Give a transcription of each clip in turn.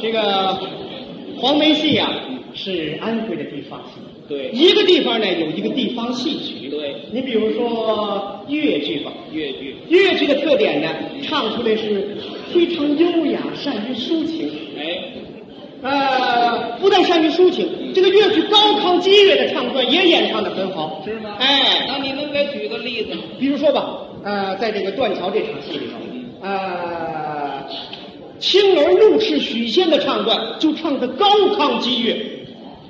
这个黄梅戏啊，是安徽的地方戏。对一个地方呢有一个地方戏曲。对你比如说越剧吧，越剧，越剧的特点呢，唱出来是非常优雅，善于抒情。哎，呃，不但善于抒情，这个越剧高亢激越的唱段也演唱的很好，是吗哎，那你能给举个例子吗？比如说吧，呃，在这个断桥这场戏里头，呃，青儿怒斥许仙的唱段就唱的高亢激越，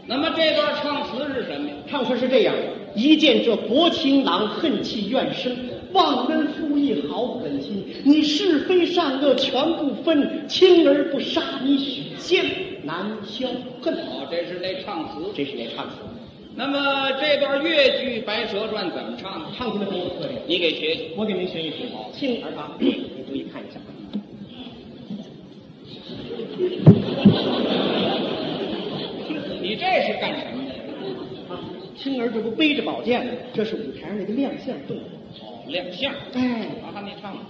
那么这段唱词是什么呀？唱词是这样的：一见这薄情郎，恨气怨生，忘恩负义好狠心，你是非善恶全不分，青儿不杀你许仙难消恨。哦，这是那唱词。这是那唱词，那么这段越剧《白蛇传》怎么唱的？唱起来很有特点。你给学学。我给您学一曲好，庆儿啊，您注意看一下。你这是干什么的？哦啊，青儿这不背着宝剑呢，这是舞台上的一个亮相动作。哦，亮相。哎，麻烦你唱吧。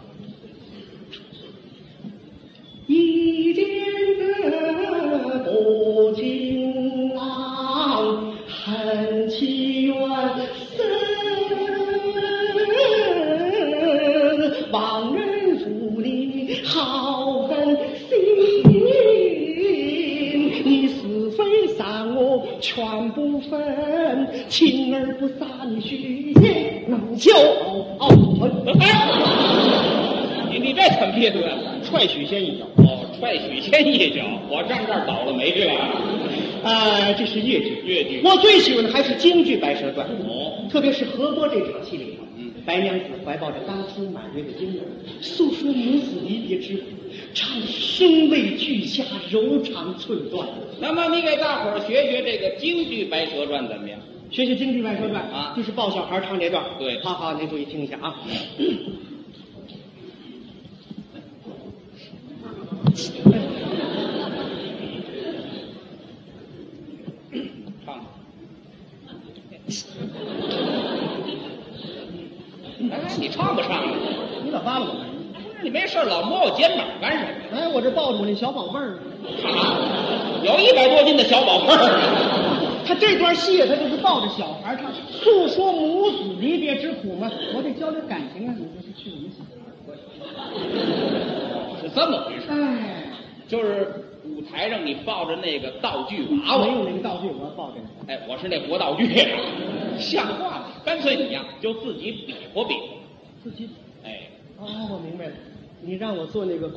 一见这不情郎，恨气怨深，忘恩负义好狠心，你是非善恶全不分，情儿不杀你许仙哦能骄傲哎你你这怎么意思啊？踹许仙一脚。哦，踹许仙一脚，我站这儿倒了霉去了。呃，这是越剧，越剧我最喜欢的还是京剧《白蛇传》，哦，特别是河波这场戏里头，嗯白娘子怀抱着刚出满月的婴儿，诉说母子离别之苦，唱得声泪俱下，柔肠寸断。那么你给大伙儿学学这个京剧《白蛇传》怎么样？学学京剧《白蛇传》啊就是抱小孩唱这段。对好好，您注意听一下啊。唱吧。 哎，你唱不唱啊？你咋扒拉我？不是你没事儿老摸我肩膀干什么呀？哎，我这抱着我那小宝贝儿呢。啊，有一百多斤的小宝贝儿，啊他这段戏啊，他就是抱着小孩唱，诉说母子离别之苦嘛。我得交流感情啊，你这是去你小孩。是这么回事儿。哎，就是舞台上你抱着那个道具娃啊，我娃，用那个道具，我要抱着你。哎，我是那活道具，啊像话吗？干脆你呀、就自己比划比划，自己，哎， 哦，我明白了，你让我做那个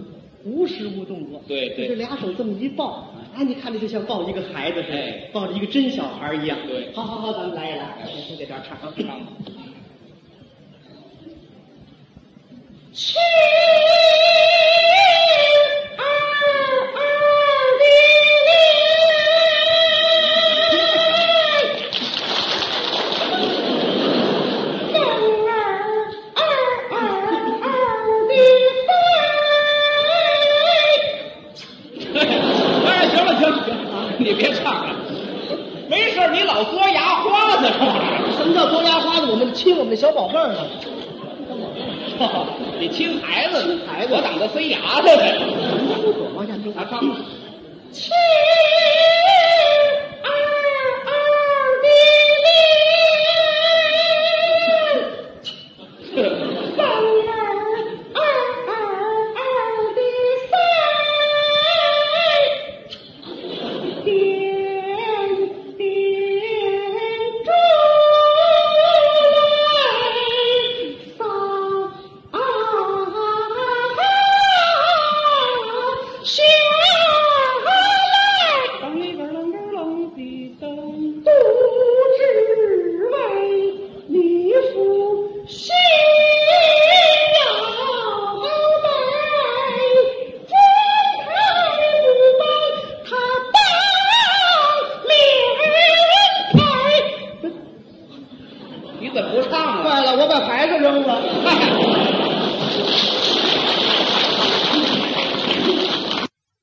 无实物动作，对对就是俩手这么一抱，啊，你看着就像抱一个孩子似的哎，抱着一个真小孩一样。对嗯好好好，咱们来一来，先从这边唱啊。唱吧。青儿儿的泪，人儿儿儿儿的飞。哎，行了行了行了，你别唱了，没事儿你老嘬牙花子是吧？什么叫多牙花子？我们亲我们的小宝贝儿 呢？ 啊你亲孩子呢，亲孩子我等着塞牙的呢。不懂，往下听啊，唱吧。青儿儿儿的泪。风儿儿儿的飞，点点珠泪洒下来。当一个啷个啷的咚，不知为你负心腰带，风太不把他当脸拍。 你怎么不唱了？啊坏了，我把孩子扔了。嗨